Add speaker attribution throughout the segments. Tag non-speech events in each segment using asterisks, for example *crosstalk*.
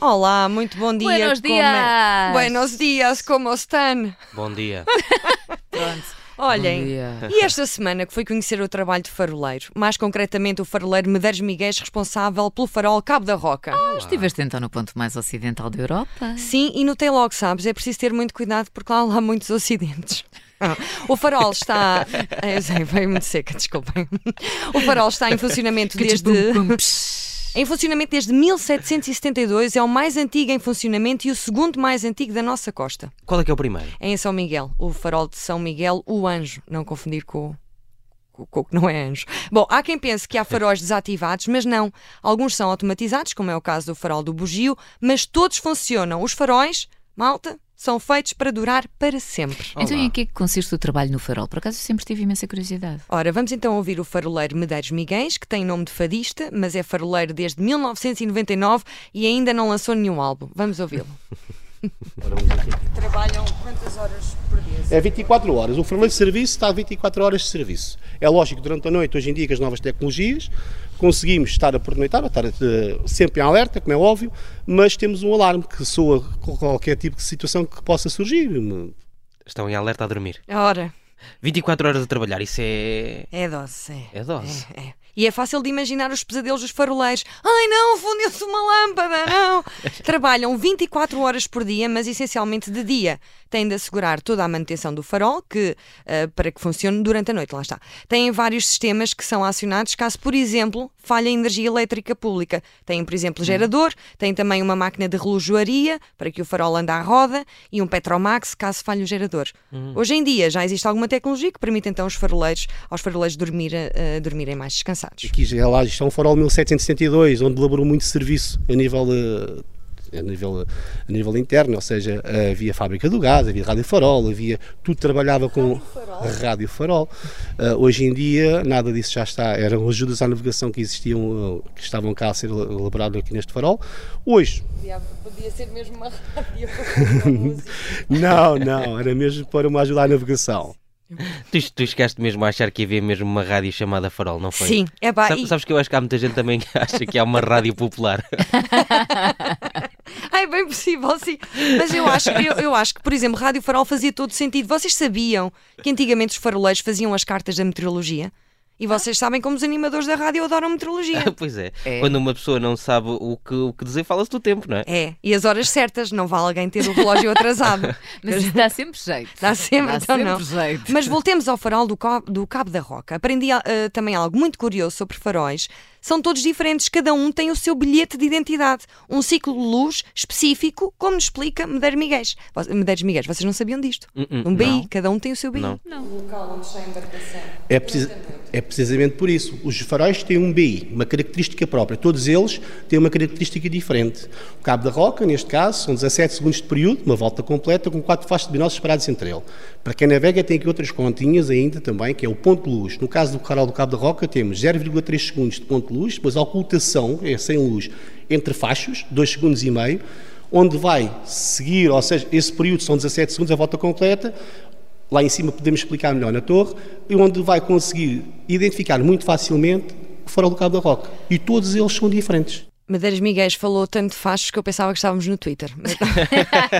Speaker 1: Olá, muito bom dia.
Speaker 2: Buenos
Speaker 1: como- é?
Speaker 2: dias.
Speaker 1: Buenos dias, como estão?
Speaker 3: Bom dia.
Speaker 2: Pronto.
Speaker 1: Olhem,
Speaker 2: Bom dia.
Speaker 1: e esta semana que fui conhecer o trabalho de faroleiro, mais concretamente o faroleiro Medeiros Miguel, responsável pelo farol Cabo da Roca.
Speaker 2: Estiveste então no ponto mais ocidental da Europa?
Speaker 1: Sim, e notei logo, sabes, é preciso ter muito cuidado porque lá há muitos acidentes. Ah, O farol
Speaker 2: *laughs*
Speaker 1: está. Eu sei, veio muito seca, desculpem. O farol está em funcionamento desde. *laughs*
Speaker 2: Bum, bum, psh.
Speaker 1: Em funcionamento desde 1772, é o mais antigo em funcionamento e o segundo mais antigo da nossa costa.
Speaker 3: Qual é que é o primeiro?
Speaker 1: É em São Miguel, o farol de São Miguel, o anjo, não confundir com o- com com o que não é anjo. Bom, há quem pense que há faróis desativados, mas não. Alguns são automatizados, como é o caso do farol do Bugio, mas todos funcionam. Os faróis, malta, são feitos para durar para sempre.
Speaker 2: Então e em que é que consiste o trabalho no farol? Por acaso eu sempre tive imensa curiosidade.
Speaker 1: Ora, vamos então ouvir o faroleiro Medeiros Miguens, que tem nome de fadista, mas é faroleiro desde 1999 e ainda não lançou nenhum álbum. Vamos ouvi-lo.
Speaker 4: Trabalham quantas horas por dia?
Speaker 5: É 24 horas. O fornecedor de serviço está a 24 horas de serviço. É lógico que durante a noite, hoje em dia, com as novas tecnologias, conseguimos estar a pernoitar, ou estar eh, sempre em alerta, como é óbvio, mas temos um alarme que soa com qualquer tipo de situação que possa surgir.
Speaker 3: Estão em alerta a dormir.
Speaker 1: Ora,
Speaker 3: 24 horas a trabalhar, isso é.
Speaker 1: é doce. é.
Speaker 3: É dose.
Speaker 1: É. E é fácil de imaginar os pesadelos dos faroleiros. Ai não, fundiu-se uma lâmpada, não! Trabalham 24 horas por dia, mas essencialmente de dia. Têm de assegurar toda a manutenção do farol, que, eh, para que funcione durante a noite, lá está. Têm vários sistemas que são acionados caso, por exemplo, falhe a energia elétrica pública. Têm, por exemplo, gerador, têm também uma máquina de relojoaria, para que o farol ande à roda, e um Petromax, caso falhe o gerador. Hoje em dia já existe alguma tecnologia que permite então aos faroleiros, aos faroleiros dormir, eh, dormirem mais descansados.
Speaker 5: Aqui já lá está um farol de 1772, onde elaborou muito serviço a nível. eh, A nível, a nível interno, ou seja, havia fábrica do gás, havia rádio farol, havia tudo trabalhava com rádio farol. Eh, hoje em dia, nada disso já está. Eram ajudas à navegação que existiam, eh, que estavam cá a ser elaboradas aqui neste farol. Hoje,
Speaker 4: Podia ser mesmo
Speaker 1: *laughs*
Speaker 4: uma rádio.
Speaker 5: não, não, era mesmo para uma ajuda à navegação.
Speaker 3: Tu, tu chegaste mesmo a achar que havia mesmo uma rádio chamada Farol, não foi?
Speaker 1: Sim, é pá,
Speaker 3: Sabe-
Speaker 1: e-
Speaker 3: Sabes que eu acho que há muita gente também que *laughs* acha que há uma rádio popular. *laughs*
Speaker 1: Ah, é bem possível, sim. Mas eu acho, eu, eu acho que, por exemplo, Rádio Farol fazia todo sentido. Vocês sabiam que antigamente os faroleiros faziam as cartas da meteorologia? E
Speaker 4: Ah.
Speaker 1: vocês sabem como os animadores da rádio adoram
Speaker 3: *laughs*
Speaker 1: meteorologia.
Speaker 3: pois é.
Speaker 2: É.
Speaker 3: Quando uma pessoa não sabe o que, o que dizer, fala-se do tempo, não é?
Speaker 1: É, e as horas certas, não vale alguém ter o relógio
Speaker 2: *laughs*
Speaker 1: atrasado.
Speaker 2: Mas isso dá sempre jeito.
Speaker 1: Dá sempre,
Speaker 2: dá
Speaker 1: então
Speaker 2: sempre
Speaker 1: não.
Speaker 2: jeito.
Speaker 1: Mas voltemos ao farol do, co- do Cabo da Roca. Aprendi ah, também algo muito curioso sobre faróis. São todos diferentes, cada um tem o seu bilhete de identidade, um ciclo de luz específico, como nos explica Medeiros Miguel. Medeiros Miguel, vocês não sabiam disto?
Speaker 2: Uh-uh,
Speaker 1: um BI, cada um tem o seu BI.
Speaker 3: Não.
Speaker 5: É, precis- é precisamente por isso. Os faróis têm um BI, uma característica própria. Todos eles têm uma característica diferente. O cabo da roca, neste caso, são 17 segundos de período, uma volta completa, com quatro faixas de binóculos separados entre ele. Para quem navega, tem aqui outras continhas ainda também, que é o ponto de luz. No caso do farol do cabo da roca, temos 0,3 segundos de ponto de luz, depois a ocultação, é sem luz, entre faixos, 2 segundos e meio, onde vai seguir, ou seja, esse período são 17 segundos, a volta completa, lá em cima podemos explicar melhor na torre, e onde vai conseguir identificar muito facilmente o farol do Cabo da Roca. E todos eles são diferentes.
Speaker 1: Madeiras Miguel falou tanto de fachos que eu pensava que estávamos no Twitter. *laughs*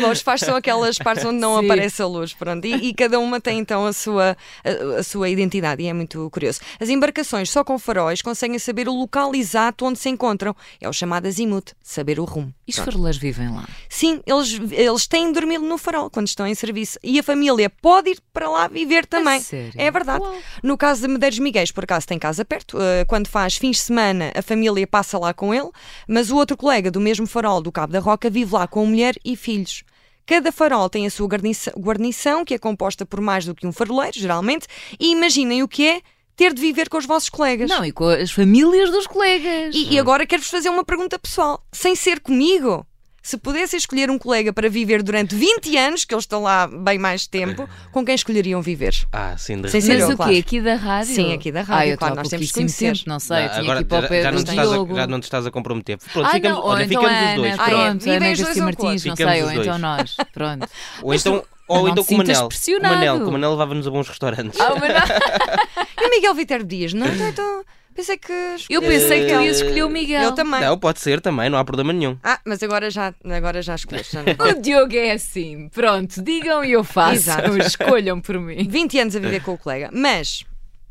Speaker 1: Bom, os fachos são aquelas partes onde não
Speaker 2: Sim.
Speaker 1: aparece a luz, pronto. E, e cada uma tem então a sua, a, a sua identidade e é muito curioso. As embarcações só com faróis conseguem saber o local exato onde se encontram. É o chamado azimute, saber o rumo.
Speaker 2: E os faroleiros vivem lá?
Speaker 1: Sim, eles, eles têm dormido no farol quando estão em serviço e a família pode ir para lá viver também.
Speaker 2: sério?
Speaker 1: É verdade.
Speaker 2: Uau.
Speaker 1: No caso de Medeiros Miguel, por acaso tem casa perto, eh, quando faz fins de semana a família passa lá com ele, mas o outro colega do mesmo farol do Cabo da Roca vive lá com a mulher e filhos. Cada farol tem a sua guarnição, guarnição, que é composta por mais do que um faroleiro, geralmente, e imaginem o que é ter de viver com os vossos colegas.
Speaker 2: Não, e com as famílias dos colegas.
Speaker 1: E, e agora quero-vos fazer uma pergunta pessoal, sem ser comigo. Se pudessem escolher um colega para viver durante 20 anos, que eles estão lá bem mais
Speaker 2: *laughs*
Speaker 1: tempo, com quem escolheriam viver?
Speaker 3: Ah, sim, de
Speaker 1: Sem
Speaker 3: repente.
Speaker 1: ser
Speaker 2: Mas
Speaker 1: eu,
Speaker 2: o
Speaker 1: claro.
Speaker 2: quê? Aqui da rádio?
Speaker 1: Sim, aqui da
Speaker 2: Ah,
Speaker 1: rádio,
Speaker 2: eu
Speaker 1: claro,
Speaker 2: estou há
Speaker 1: nós temos que
Speaker 2: pouquíssimo
Speaker 1: conhecer.
Speaker 2: tempo, não sei.
Speaker 3: Ah,
Speaker 2: tinha
Speaker 3: agora
Speaker 2: aqui para o
Speaker 3: já-
Speaker 2: pé
Speaker 3: já,
Speaker 2: do
Speaker 3: não te estás
Speaker 2: Diogo.
Speaker 3: a, já não te estás a comprometer. Pronto,
Speaker 2: Ah,
Speaker 3: ficamos,
Speaker 2: não, ou
Speaker 3: olha,
Speaker 2: então
Speaker 3: ficamos
Speaker 2: Ana,
Speaker 3: os dois.
Speaker 2: Pronto,
Speaker 3: pronto.
Speaker 1: Ah, é. Vivem os
Speaker 2: Ana
Speaker 1: dois
Speaker 2: Garcia
Speaker 1: ou quatro?
Speaker 2: Martins, não
Speaker 3: Ficamos
Speaker 2: sei, ou
Speaker 3: os
Speaker 2: então
Speaker 3: dois.
Speaker 2: nós. Pronto.
Speaker 3: Ou então, ou
Speaker 2: não
Speaker 3: então
Speaker 2: te
Speaker 3: com o
Speaker 2: sintas
Speaker 3: Manel. O Manel,
Speaker 2: pressionado.
Speaker 3: que o Manel levava-nos a bons restaurantes.
Speaker 2: Ah, mas não- *laughs*
Speaker 1: E o Miguel Viterbo Dias, não? Então, então, Pensei que.
Speaker 2: Eu
Speaker 1: escolheu
Speaker 2: pensei que tu
Speaker 3: Eh,
Speaker 1: Miguel.
Speaker 2: ias escolher o Miguel.
Speaker 1: Eu também.
Speaker 3: Não, pode ser também, não há problema nenhum.
Speaker 1: Ah, mas agora já, agora já escolheste. já não.
Speaker 2: O Diogo é assim. Pronto, digam e eu faço.
Speaker 1: Exato.
Speaker 2: *laughs* Escolham por mim.
Speaker 1: 20 anos a viver com o colega. Mas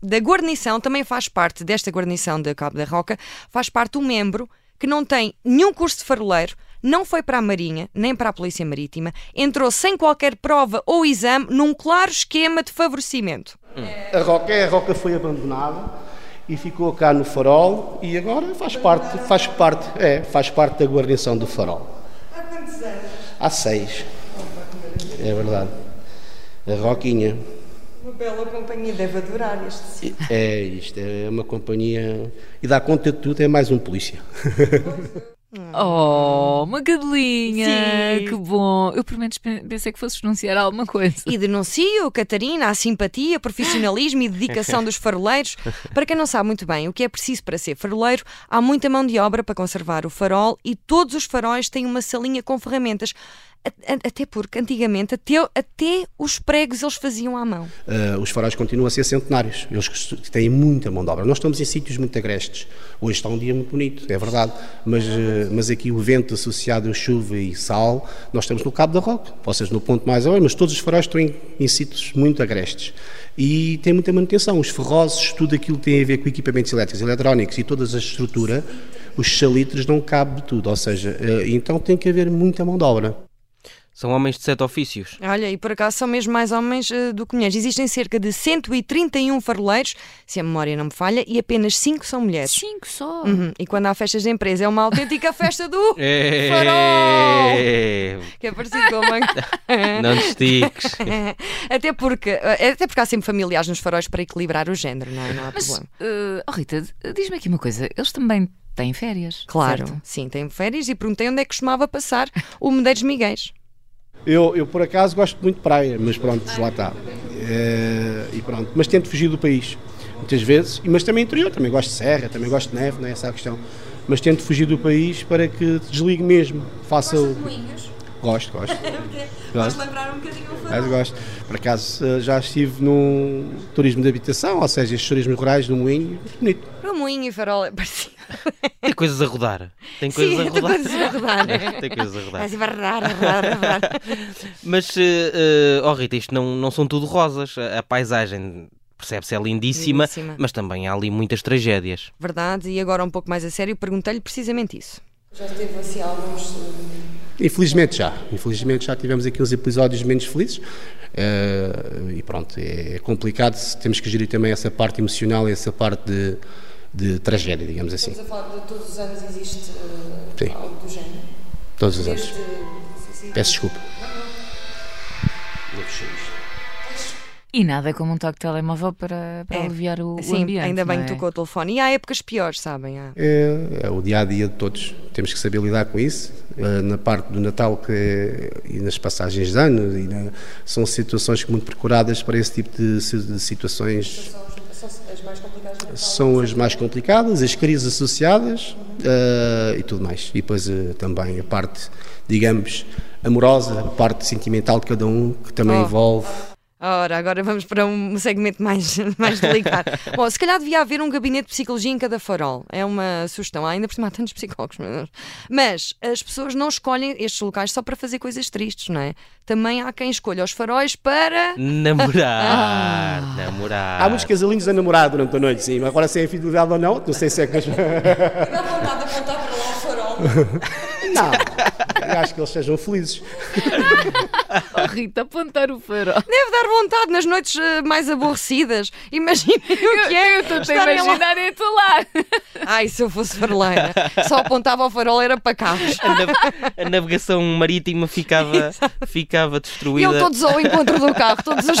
Speaker 1: da guarnição também faz parte, desta guarnição da Cabo da Roca, faz parte um membro que não tem nenhum curso de faroleiro, não foi para a Marinha, nem para a Polícia Marítima, entrou sem qualquer prova ou exame num claro esquema de favorecimento.
Speaker 5: A Roca, é a Roca foi abandonada e ficou cá no Farol e agora faz parte, faz parte, é, faz parte da guarnição do Farol. Há quantos anos? Há seis. É verdade. A Roquinha.
Speaker 4: Uma bela companhia deve adorar este sítio.
Speaker 5: É isto, é uma companhia. E dá conta de tudo, é mais um polícia.
Speaker 2: Oh, Magadelinha,
Speaker 1: Hum. Sim.
Speaker 2: que bom. Eu pelo menos pe- pensei que fosses anunciar alguma coisa.
Speaker 1: E denuncio, Catarina, a simpatia, profissionalismo e dedicação dos faroleiros. Para quem não sabe muito bem o que é preciso para ser faroleiro, há muita mão de obra para conservar o farol e todos os faróis têm uma salinha com ferramentas. A- a- Até porque antigamente até, até os pregos eles faziam à mão.
Speaker 5: Ah, os faróis continuam a ser centenários. Eles costu- têm muita mão de obra. Nós estamos em sítios muito agrestes. Hoje está um dia muito bonito, é verdade. Mas, ah, mas aqui o vento associado a chuva e sal, nós estamos no Cabo da Roca. Vocês no ponto mais além, mas todos os faróis estão em, em sítios muito agrestes. E tem muita manutenção. Os ferrozes, tudo aquilo que tem a ver com equipamentos elétricos, eletrónicos e toda a estrutura, os salitres não cabe de tudo. Ou seja, ah, então tem que haver muita mão de obra.
Speaker 3: São homens de sete ofícios.
Speaker 1: Olha, e por acaso são mesmo mais homens eh, do que mulheres. Existem cerca de 131 faroleiros, um se a memória não me falha, e apenas 5 são mulheres.
Speaker 2: Cinco só.
Speaker 1: Uhum, E quando há festas de empresa é uma *laughs* autêntica festa do farol!
Speaker 3: É,
Speaker 1: Que é parecido com a mãe.
Speaker 3: Não te estiques.
Speaker 1: *laughs* até, porque, eh, até porque há sempre familiares nos faróis para equilibrar o género, não é? Não há
Speaker 2: Mas,
Speaker 1: problema.
Speaker 2: eh, oh Rita, d- diz-me aqui uma coisa. Eles também têm férias.
Speaker 1: Claro,
Speaker 2: certo?
Speaker 1: sim, tem férias e perguntei onde é que costumava passar o Medeiros Miguéis.
Speaker 5: Eu, eu, por acaso gosto muito de praia, mas pronto, lá está. Eh, e pronto, mas tento fugir do país muitas vezes, e- mas também interior, também gosto de serra, também gosto de neve, não é essa a questão. Mas tento fugir do país para que desligue mesmo, faça o... Gosto, gosto. gosto.
Speaker 4: lembrar um bocadinho o
Speaker 5: Mas gosto. Por acaso eh, já estive num turismo de habitação, ou seja, estes turismos rurais do Moinho, bonito.
Speaker 1: Para Moinho e Farol é parecido.
Speaker 3: Tem coisas a rodar. Tem coisas
Speaker 1: Sim,
Speaker 3: a
Speaker 1: tem
Speaker 3: rodar. *laughs*
Speaker 1: coisas a rodar.
Speaker 3: Tem coisas a rodar.
Speaker 1: Assim, barrar, barrar, barrar.
Speaker 3: Mas, eh, eh, oh Rita, isto não, não são tudo rosas. A, a paisagem, percebe-se, é lindíssima,
Speaker 1: Lindíssima.
Speaker 3: mas também há ali muitas tragédias.
Speaker 1: Verdade, e agora um pouco mais a sério, perguntei-lhe precisamente isso.
Speaker 4: Já teve assim alguns. eh,
Speaker 5: Infelizmente já. Infelizmente já tivemos aqui uns episódios menos felizes. eh, e pronto, é complicado. Temos que gerir também essa parte emocional e essa parte de, de tragédia, digamos assim.
Speaker 4: Estamos a falar de todos os anos existe eh,
Speaker 5: Sim.
Speaker 4: algo do género.
Speaker 5: Todos os anos.
Speaker 4: Desde. Sim,
Speaker 5: Peço desculpa.
Speaker 2: E nada como um toque de telemóvel para, para aliviar o, o
Speaker 1: É. Sim,
Speaker 2: ambiente.
Speaker 1: ainda bem
Speaker 2: não
Speaker 1: que
Speaker 2: é?
Speaker 1: tocou o telefone. E há épocas piores, sabem? Há.
Speaker 5: É, é o dia a dia de todos. Temos que saber lidar com isso. eh, na parte do Natal que, é- e nas passagens de ano, e na- são situações que muito procuradas para esse tipo de si- de situações.
Speaker 4: São, são as mais complicadas de Natal.
Speaker 5: são as mais complicadas, as crises associadas eh, e tudo mais. E depois eh, também a parte, digamos, amorosa, a parte sentimental de cada um, que também
Speaker 1: Oh.
Speaker 5: envolve.
Speaker 1: Ora, agora vamos para um segmento mais, *laughs* mais delicado. Bom, se calhar devia haver um gabinete de psicologia em cada farol. É uma sugestão. Há ainda por cima há tantos psicólogos. meu Deus. Mas as pessoas não escolhem estes locais só para fazer coisas tristes, não é? Também há quem escolha os faróis para.
Speaker 3: Namorar,
Speaker 1: Ah.
Speaker 3: namorar.
Speaker 5: Há muitos casalinhos a namorar durante a noite, sim, mas agora se é fidelidade ou não, não sei se é
Speaker 4: *laughs*
Speaker 5: que.
Speaker 4: Não vou nada apontar para lá o farol.
Speaker 5: *laughs* não! Eu acho que eles sejam felizes.
Speaker 2: Oh, Rita, apontar o farol.
Speaker 1: Deve dar vontade nas noites eh, mais aborrecidas. *laughs* Imaginem o que é.
Speaker 2: *laughs* Eu estou a
Speaker 1: estarem lá.
Speaker 2: imaginar é tu lá.
Speaker 1: Ai, se eu fosse faroleira, só apontava ao farol, era para carros.
Speaker 3: A, nav- a navegação
Speaker 1: *laughs*
Speaker 3: marítima ficava, ficava
Speaker 1: E
Speaker 3: destruída.
Speaker 1: eu todos ao encontro do carro, todos os.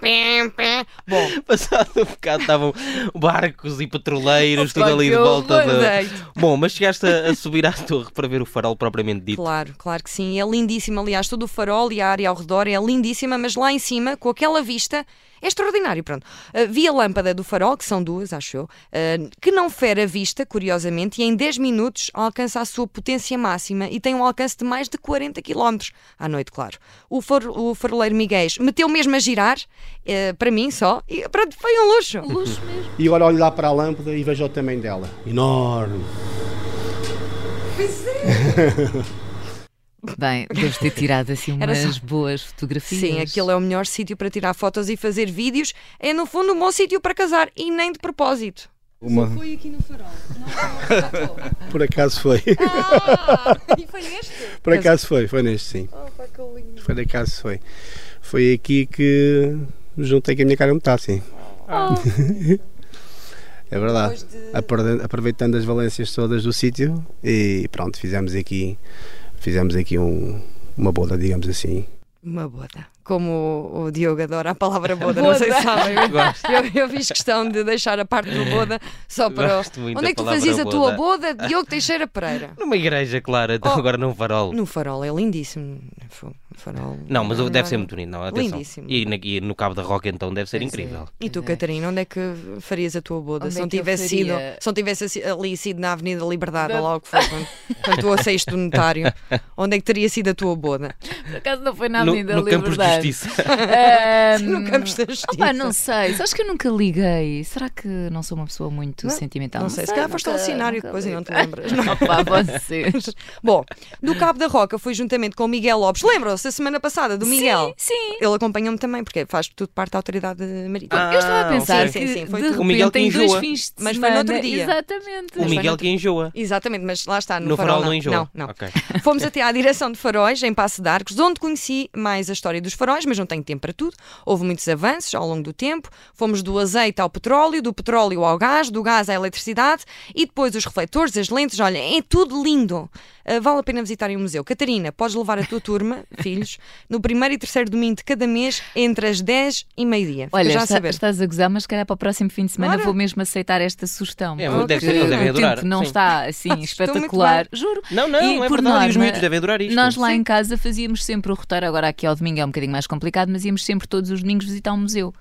Speaker 1: Pim, pim. Bom,
Speaker 3: *laughs* Passado um bocado estavam barcos e petroleiros, tudo ali de
Speaker 2: que
Speaker 3: volta.
Speaker 2: horror,
Speaker 3: Da...
Speaker 1: é
Speaker 3: *laughs* Bom, mas chegaste a, a subir à torre para ver o farol propriamente dito.
Speaker 1: Claro, claro que sim. É lindíssimo. Aliás, todo o farol e a área ao redor é lindíssima, mas lá em cima, com aquela vista, é extraordinário. Pronto. Ah, vi a lâmpada do farol, que são duas, acho eu, ah, que não fere a vista, curiosamente, e em 10 minutos alcança a sua potência máxima e tem um alcance de mais de 40 km. À noite, claro. O, far- o faroleiro Miguel meteu mesmo a girar eh, para mim só, e pronto, foi um luxo.
Speaker 2: Luxo mesmo.
Speaker 5: E agora olho lá para a lâmpada e vejo o tamanho dela. Enorme.
Speaker 2: Bem, deves ter tirado assim
Speaker 1: Era
Speaker 2: umas
Speaker 1: só-
Speaker 2: boas fotografias.
Speaker 1: Sim, aquilo é o melhor sítio para tirar fotos e fazer vídeos. É, no fundo, um bom sítio para casar e nem de propósito.
Speaker 6: Uma...
Speaker 4: Foi aqui no farol. Não, não,
Speaker 5: Por acaso foi.
Speaker 4: ah, e foi este?
Speaker 5: *laughs* Por acaso foi, foi neste sim.
Speaker 4: Oh, pá, que lindo.
Speaker 5: Por acaso foi. Foi aqui que juntei com a minha cara metade, sim. *laughs* É verdade.
Speaker 4: Ah. Depois de-
Speaker 5: Aperde- Aproveitando as valências todas do sítio e pronto, fizemos aqui, fizemos aqui um- uma boda, digamos assim.
Speaker 1: Uma boda. Como o, o Diogo adora a palavra boda, não sei se sabem.
Speaker 3: Gosto.
Speaker 1: Eu, eu fiz questão de deixar a parte do boda só para. o-
Speaker 3: Gosto muito
Speaker 1: Onde é
Speaker 3: da
Speaker 1: que tu
Speaker 3: palavra
Speaker 1: fazias a tua
Speaker 3: boda.
Speaker 1: boda, Diogo Teixeira Pereira?
Speaker 3: Numa igreja, claro, então
Speaker 1: Oh.
Speaker 3: agora num farol.
Speaker 1: No farol, é lindíssimo. Fo- Farol.
Speaker 3: Não, mas deve ser muito bonito, não, atenção.
Speaker 1: Lindíssimo.
Speaker 3: E, na- e no Cabo da Roca, então, deve ser
Speaker 2: Pois é.
Speaker 3: incrível.
Speaker 1: E tu,
Speaker 2: Não é?
Speaker 1: Catarina, onde é que farias a tua boda?
Speaker 2: Onde
Speaker 1: Se
Speaker 2: é
Speaker 1: não,
Speaker 2: que eu
Speaker 1: tivesse sido,
Speaker 2: faria?
Speaker 1: se não tivesse si- ali sido na Avenida Liberdade, ou logo foi quando, quando tu saíste do notário, onde é que teria sido a tua boda?
Speaker 2: Por acaso não foi na
Speaker 3: No,
Speaker 2: Avenida
Speaker 3: no Campos de
Speaker 2: Liberdade.
Speaker 3: Justiça.
Speaker 1: *laughs*
Speaker 2: Ahm,
Speaker 1: No Campos da Justiça.
Speaker 2: Hum. opa, não sei, sabes que eu nunca liguei. Será que não sou uma pessoa muito
Speaker 1: Não-
Speaker 2: sentimental?
Speaker 1: não sei, se calhar foste ao
Speaker 2: nunca-
Speaker 1: cenário,
Speaker 2: nunca
Speaker 1: que coisa e não
Speaker 2: liguei.
Speaker 1: te lembras. Não. *laughs*
Speaker 2: Opa, vocês.
Speaker 1: Bom, do Cabo da Roca fui juntamente com o Miguel Lopes. Lembram-se a semana passada do Miguel?
Speaker 2: Sim, sim.
Speaker 1: Ele acompanhou-me também, porque faz tudo parte da autoridade marítima.
Speaker 3: Ah,
Speaker 2: eu estava a pensar
Speaker 1: sim,
Speaker 2: que
Speaker 1: sim, sim, foi
Speaker 2: de
Speaker 1: tudo.
Speaker 2: repente
Speaker 3: O Miguel que
Speaker 2: tem dois
Speaker 3: enjoa.
Speaker 2: fins de
Speaker 1: Mas foi no outro
Speaker 2: semana.
Speaker 1: dia.
Speaker 2: Exatamente.
Speaker 3: o um Miguel que enjoa.
Speaker 1: Exatamente, mas lá está, no,
Speaker 3: No farol
Speaker 1: não
Speaker 3: não enjoa.
Speaker 1: Não, não.
Speaker 3: Ok.
Speaker 1: *laughs* Fomos até à direção de faróis, em Passo de Arcos, onde conheci mais a história dos faróis, mas não tenho tempo para tudo. Houve muitos avanços ao longo do tempo. Fomos do azeite ao petróleo, do petróleo ao gás, do gás à eletricidade e depois os refletores, as lentes. Olha, é tudo lindo. Ah, vale a pena visitarem o museu. Catarina, podes levar a tua
Speaker 3: *laughs*
Speaker 1: turma, filhos, no primeiro e terceiro domingo de cada mês, entre as 10 e meio-dia. Fica
Speaker 2: Olha,
Speaker 1: já a
Speaker 2: está-
Speaker 1: saber.
Speaker 2: estás a gozar, mas se calhar para o próximo fim de semana
Speaker 1: Bora.
Speaker 2: vou mesmo aceitar esta sugestão.
Speaker 3: É,
Speaker 2: porque
Speaker 3: deve ser, eles devem
Speaker 2: o
Speaker 3: adorar,
Speaker 2: tempo não
Speaker 3: sim.
Speaker 2: está
Speaker 1: *laughs*
Speaker 2: assim espetacular, juro.
Speaker 3: Não, não,
Speaker 2: e
Speaker 3: é
Speaker 2: por
Speaker 3: verdade.
Speaker 2: norma,
Speaker 3: e os miúdos devem adorar isto.
Speaker 2: Nós lá em casa fazíamos sempre o roteiro, agora aqui ao domingo é um bocadinho mais complicado, mas íamos sempre todos os domingos visitar um museu.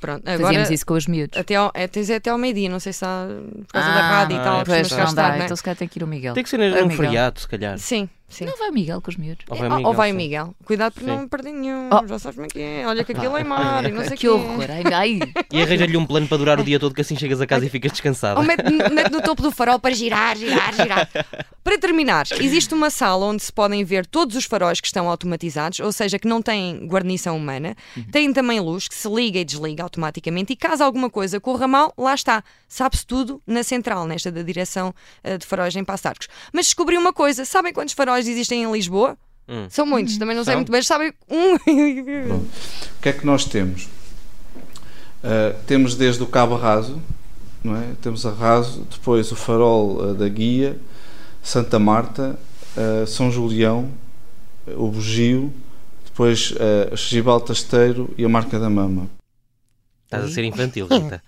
Speaker 1: Pronto,
Speaker 2: Fazíamos
Speaker 1: agora.
Speaker 2: isso com os miúdos.
Speaker 1: Até ao, é, tens até ao meio-dia, não sei se está por causa da rádio e tal.
Speaker 2: Pois,
Speaker 1: costumas cá
Speaker 2: Ah, não
Speaker 1: estar,
Speaker 2: dá,
Speaker 1: não é?
Speaker 2: então se calhar tem que ir o Miguel.
Speaker 3: Tem que ser num
Speaker 2: Amigo.
Speaker 3: feriado, se calhar.
Speaker 1: Sim, sim.
Speaker 2: Não vai o Miguel com os miúdos.
Speaker 3: Ou
Speaker 1: É,
Speaker 3: vai
Speaker 1: ou- ou vai
Speaker 3: sim.
Speaker 1: o Miguel. Cuidado para
Speaker 3: Sim.
Speaker 1: não perder nenhum.
Speaker 2: Oh. Ah.
Speaker 1: Já sabes como é que é. Olha que aquilo é mar
Speaker 2: *laughs*
Speaker 1: e não sei o
Speaker 2: que
Speaker 1: quê.
Speaker 2: horror, ai, ai.
Speaker 3: E arranja-lhe um plano para durar o dia todo, que assim chegas a casa e ficas descansado.
Speaker 1: Ou mete, mete no topo do farol para girar, girar, girar. Para terminar, existe uma sala onde se podem ver todos os faróis que estão automatizados, ou seja, que não têm guarnição humana. Têm também luz que se liga e desliga automaticamente. E caso alguma coisa corra mal, lá está. Sabe-se tudo na central, nesta da direção eh, de faróis em Passo de Arcos. Mas descobri uma coisa: sabem quantos faróis existem em Lisboa? São muitos, também não sei
Speaker 3: São?
Speaker 1: muito bem. Sabem um.
Speaker 6: O que é que nós temos? Ah, temos desde o cabo raso, não é? temos a raso, depois o farol ah, da Guia, Santa Marta, ah, São Julião, ah, o Bugio, depois ah, Gibal Tasteiro e a Marca da Mama.
Speaker 3: Estás a ser infantil, Rita.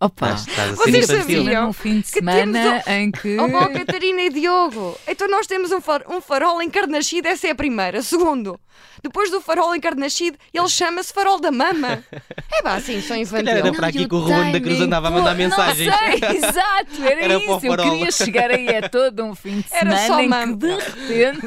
Speaker 2: Opa.
Speaker 3: Estás, estás a ser
Speaker 1: Vocês
Speaker 3: infantil.
Speaker 1: sabiam?
Speaker 2: Num fim de
Speaker 1: que temos
Speaker 2: semana em que.
Speaker 1: Oh, bom, Catarina e Diogo, então nós temos um, far- um farol encarnascido, essa é a primeira. Segundo, depois do farol encarnascido, ele chama-se farol da mama. É pá, sim, sou
Speaker 3: calhar
Speaker 1: infantil.
Speaker 3: era
Speaker 2: Não,
Speaker 3: para
Speaker 2: e
Speaker 3: aqui
Speaker 2: o
Speaker 3: que o Ruben da Cruz
Speaker 2: timing,
Speaker 3: andava a
Speaker 2: pô,
Speaker 3: mandar mensagens.
Speaker 2: Não sei, é, exato, era,
Speaker 3: Era para o
Speaker 2: isso. Eu
Speaker 3: farol.
Speaker 2: queria chegar aí a todo um fim de
Speaker 1: Era
Speaker 2: semana
Speaker 1: só
Speaker 2: em que
Speaker 1: mamo.
Speaker 2: de repente.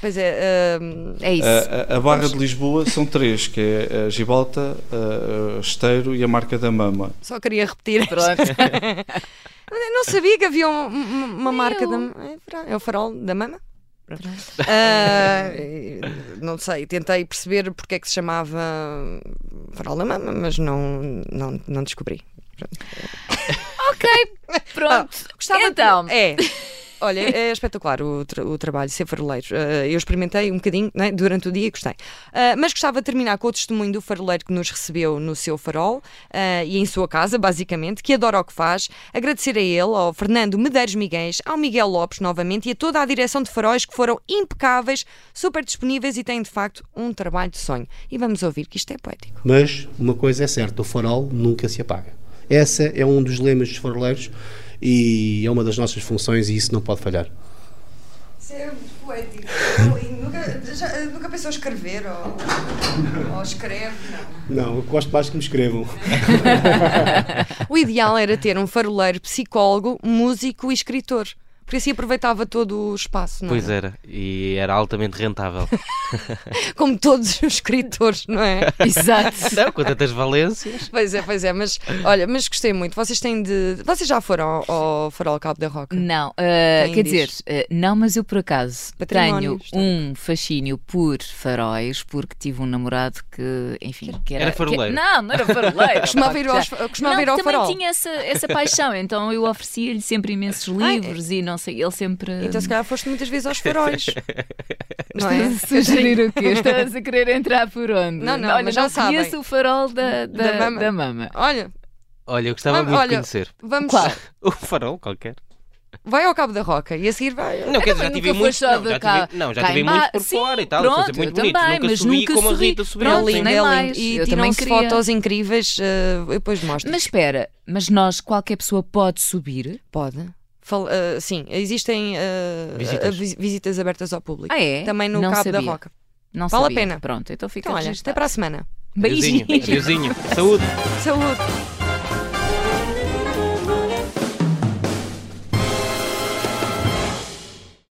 Speaker 1: Pois é, hum,
Speaker 2: É isso.
Speaker 6: Ah, A, a- a Barra de Lisboa são três, que é a Gibalta, a- a Esteiro e a Marca da Mama.
Speaker 1: só queria repetir. *laughs*
Speaker 2: Pronto.
Speaker 1: Eu não sabia que havia um- um- uma marca da. é verdade, É o farol da mama? Ah, não sei, tentei perceber porque é que se chamava farol da mama, mas não, não, não descobri.
Speaker 2: Pronto.
Speaker 1: Ah, Gostava
Speaker 2: então,
Speaker 1: de... É. *laughs* Olha, é espetacular o, tra- o trabalho ser faroleiro. Eh, eu experimentei um bocadinho né, durante o dia e gostei. Eh, mas gostava de terminar com o testemunho do faroleiro que nos recebeu no seu farol eh, e em sua casa, basicamente, que adora o que faz. Agradecer a ele, ao Fernando Medeiros Miguéis, ao Miguel Lopes novamente e a toda a direção de faróis que foram impecáveis, super disponíveis e têm de facto um trabalho de sonho. E vamos ouvir que isto é poético.
Speaker 5: Mas uma coisa é certa, o farol nunca se apaga. Essa é um dos lemas dos faroleiros e é uma das nossas funções e isso não pode falhar.
Speaker 4: Isso é poético. é lindo. Nunca, já, nunca pensou escrever ou, ou escreve? Não.
Speaker 5: Não, eu gosto mais que me escrevam.
Speaker 1: O ideal era ter um faroleiro psicólogo, músico e escritor. Porque assim aproveitava todo o espaço, não é?
Speaker 3: Pois era. E era
Speaker 2: *laughs*
Speaker 3: altamente rentável.
Speaker 1: Como todos os escritores, não é?
Speaker 2: *laughs* Exato.
Speaker 3: Não, com tantas valências.
Speaker 1: Pois é, pois é, mas olha, mas gostei muito. Vocês têm de. Vocês já foram ao, ao Farol Cabo da Roca?
Speaker 2: Não, eh,
Speaker 1: Quem
Speaker 2: quer dizer,
Speaker 1: diz?
Speaker 2: eh, não, mas eu por acaso tenho
Speaker 1: Património histórico.
Speaker 2: um fascínio por faróis, porque tive um namorado que, enfim, que era,
Speaker 3: Era faroleiro.
Speaker 2: que- não, não era
Speaker 1: *laughs*
Speaker 2: faroleiro. é
Speaker 1: Costumava ir, aos,
Speaker 2: Já.
Speaker 1: costumava
Speaker 2: não,
Speaker 1: ir ao
Speaker 2: também
Speaker 1: farol.
Speaker 2: tinha essa, essa paixão, então eu oferecia-lhe sempre imensos
Speaker 1: Ai,
Speaker 2: livros e não sei, ele sempre.
Speaker 1: Então se calhar foste muitas vezes aos faróis. não é? *laughs*
Speaker 2: Sugerir o *laughs* quê? Estavas a querer entrar por onde?
Speaker 1: Não, não,
Speaker 2: Olha,
Speaker 1: mas
Speaker 2: não
Speaker 1: não sabem.
Speaker 2: conheço o farol da, da,
Speaker 1: Da mama.
Speaker 2: da mama.
Speaker 1: Olha,
Speaker 3: Olha, eu gostava
Speaker 1: Vamos-
Speaker 3: muito de
Speaker 1: olha,
Speaker 3: conhecer.
Speaker 1: vamos.
Speaker 2: Qual?
Speaker 3: O farol qualquer.
Speaker 1: Vai ao Cabo da Roca e a seguir vai.
Speaker 3: Não, quer
Speaker 2: Então, Mas
Speaker 3: dizer, já
Speaker 2: nunca
Speaker 3: tive
Speaker 2: foi
Speaker 3: muitos.
Speaker 2: só
Speaker 3: Não,
Speaker 2: de
Speaker 3: já
Speaker 2: cá-
Speaker 3: tive, não, já
Speaker 2: cá
Speaker 3: tive
Speaker 2: em ba-
Speaker 3: muitos por
Speaker 2: Sim,
Speaker 3: fora e tal.
Speaker 2: pronto,
Speaker 3: foi sempre muito
Speaker 2: eu
Speaker 3: bonito.
Speaker 2: também,
Speaker 3: nunca
Speaker 2: mas
Speaker 3: subi
Speaker 2: nunca né?
Speaker 3: como
Speaker 2: sorri.
Speaker 3: a Rita subiu. assim.
Speaker 2: Pronto,
Speaker 1: É
Speaker 2: Não,
Speaker 1: lindo,
Speaker 2: nem
Speaker 1: é
Speaker 2: mais.
Speaker 1: lindo. E
Speaker 2: Eu também
Speaker 1: tiram-se
Speaker 2: queria.
Speaker 1: fotos incríveis. eh, eu depois mostro.
Speaker 2: Mas espera, mas nós, qualquer pessoa pode subir?
Speaker 1: Pode. Fal- eh, sim, existem eh,
Speaker 3: Visitas.
Speaker 1: eh, vi- visitas abertas ao público.
Speaker 2: Ah, é?
Speaker 1: Também no
Speaker 2: Não
Speaker 1: Cabo da
Speaker 2: sabia.
Speaker 1: Roca.
Speaker 2: Não
Speaker 1: Vale a
Speaker 2: sabia.
Speaker 1: pena.
Speaker 2: Pronto, então fica
Speaker 1: Então, olha, até
Speaker 2: registado.
Speaker 1: para a semana.
Speaker 3: Beijinho.
Speaker 2: Beijinhos.
Speaker 3: Beijinho. Saúde.
Speaker 1: Saúde!